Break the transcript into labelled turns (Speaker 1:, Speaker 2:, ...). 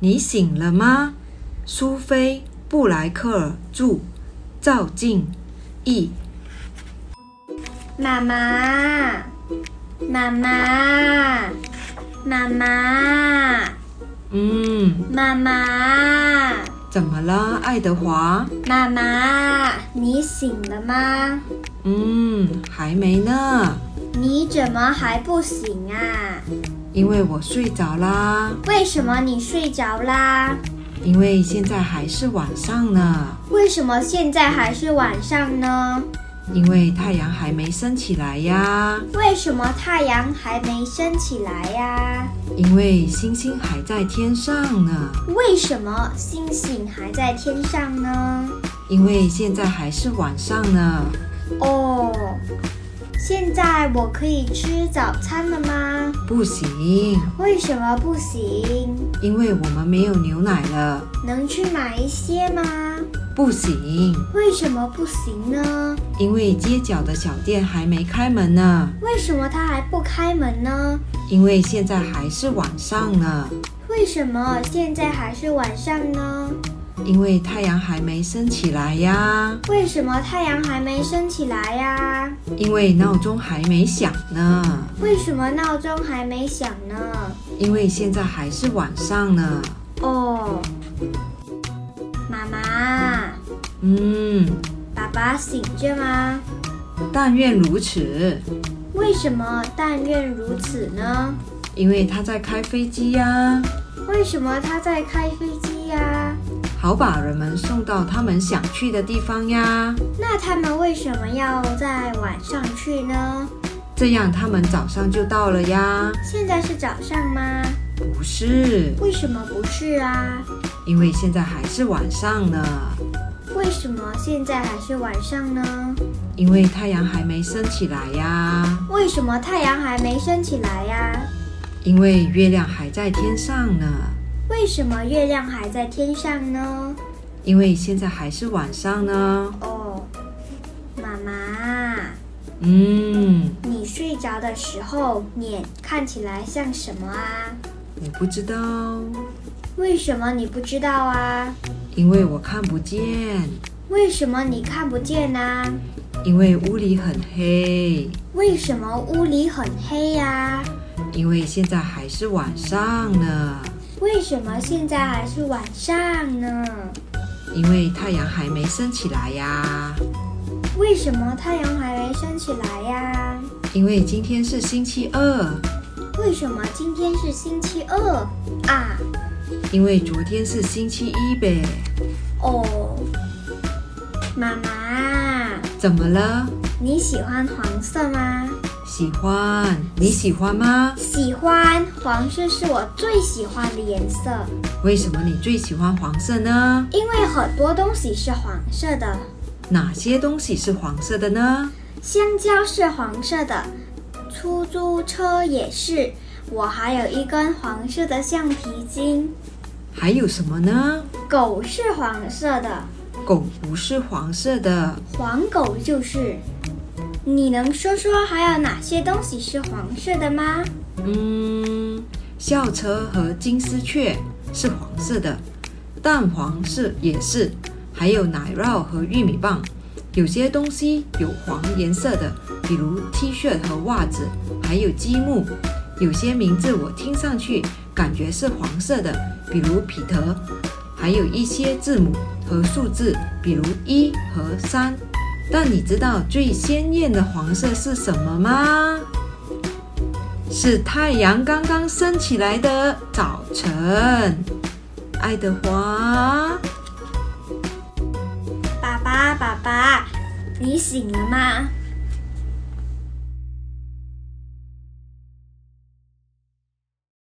Speaker 1: 你醒了吗？苏菲·布莱克尔著，赵静译。
Speaker 2: 妈妈，妈妈，妈妈，
Speaker 1: 嗯，
Speaker 2: 妈妈，
Speaker 1: 怎么了，爱德华？
Speaker 2: 妈妈，你醒了吗？
Speaker 1: 嗯，还没呢，
Speaker 2: 你怎么还不醒啊？
Speaker 1: 因为我睡着啦。
Speaker 2: 为什么你睡着啦？
Speaker 1: 因为现在还是晚上呢，
Speaker 2: 为什么现在还是晚上呢？
Speaker 1: 因为太阳还没升起来呀，
Speaker 2: 为什么太阳还没升起来呀、
Speaker 1: 因为星星还在天上呢，
Speaker 2: 为什么星星还在天上呢？
Speaker 1: 因为现在还是晚上呢。
Speaker 2: 哦，现在我可以吃早餐了吗？
Speaker 1: 不行，
Speaker 2: 为什么不行？
Speaker 1: 因为我们没有牛奶了。
Speaker 2: 能去买一些吗？
Speaker 1: 不行，
Speaker 2: 为什么不行呢？
Speaker 1: 因为街角的小店还没开门呢，
Speaker 2: 为什么它还不开门呢？
Speaker 1: 因为现在还是晚上呢，
Speaker 2: 为什么现在还是晚上呢？
Speaker 1: 因为太阳还没升起来呀，
Speaker 2: 为什么太阳还没升起来呀、
Speaker 1: 因为闹钟还没响呢，
Speaker 2: 为什么闹钟还没响呢？
Speaker 1: 因为现在还是晚上呢。
Speaker 2: 哦，妈妈，
Speaker 1: 嗯，
Speaker 2: 爸爸醒着吗？
Speaker 1: 但愿如此，
Speaker 2: 为什么但愿如此呢？
Speaker 1: 因为他在开飞机呀，
Speaker 2: 为什么他在开飞机呀、
Speaker 1: 好把人们送到他们想去的地方呀，
Speaker 2: 那他们为什么要在晚上去呢？
Speaker 1: 这样他们早上就到了呀。
Speaker 2: 现在是早上吗？
Speaker 1: 不是，
Speaker 2: 为什么不是啊？
Speaker 1: 因为现在还是晚上呢，
Speaker 2: 为什么现在还是晚上呢？
Speaker 1: 因为太阳还没升起来呀，
Speaker 2: 为什么太阳还没升起来呀、
Speaker 1: 因为月亮还在天上呢，
Speaker 2: 为什么月亮还在天上呢？
Speaker 1: 因为现在还是晚上呢。
Speaker 2: 哦，妈妈，
Speaker 1: 嗯，
Speaker 2: 你睡着的时候脸看起来像什么啊？
Speaker 1: 我不知道，
Speaker 2: 为什么你不知道啊？
Speaker 1: 因为我看不见，
Speaker 2: 为什么你看不见啊？
Speaker 1: 因为屋里很黑，
Speaker 2: 为什么屋里很黑呀、
Speaker 1: 因为现在还是晚上呢，
Speaker 2: 为什么现在还是晚上呢？
Speaker 1: 因为太阳还没升起来呀，
Speaker 2: 为什么太阳还没升起来呀、
Speaker 1: 因为今天是星期二，
Speaker 2: 为什么今天是星期二啊？
Speaker 1: 因为昨天是星期一呗。
Speaker 2: 哦，妈妈，
Speaker 1: 怎么了？
Speaker 2: 你喜欢黄色吗？
Speaker 1: 喜欢？你喜欢吗？
Speaker 2: 喜欢，黄色是我最喜欢的颜色，
Speaker 1: 为什么你最喜欢黄色呢？
Speaker 2: 因为很多东西是黄色的，
Speaker 1: 哪些东西是黄色的呢？
Speaker 2: 香蕉是黄色的，出租车也是。我还有一根黄色的橡皮筋，
Speaker 1: 还有什么呢？
Speaker 2: 狗是黄色的，
Speaker 1: 狗不是黄色的，
Speaker 2: 黄狗就是。你能说说还有哪些东西是黄色的吗？
Speaker 1: 嗯，校车和金丝雀是黄色的，蛋黄是也是，还有奶酪和玉米棒。有些东西有黄颜色的，比如 T 恤和袜子，还有积木。有些名字我听上去感觉是黄色的，比如彼得，还有一些字母和数字，比如一和三。但你知道最鲜艳的黄色是什么吗？是太阳刚刚升起来的早晨。爱德华，
Speaker 2: 爸爸，爸爸，你醒了吗？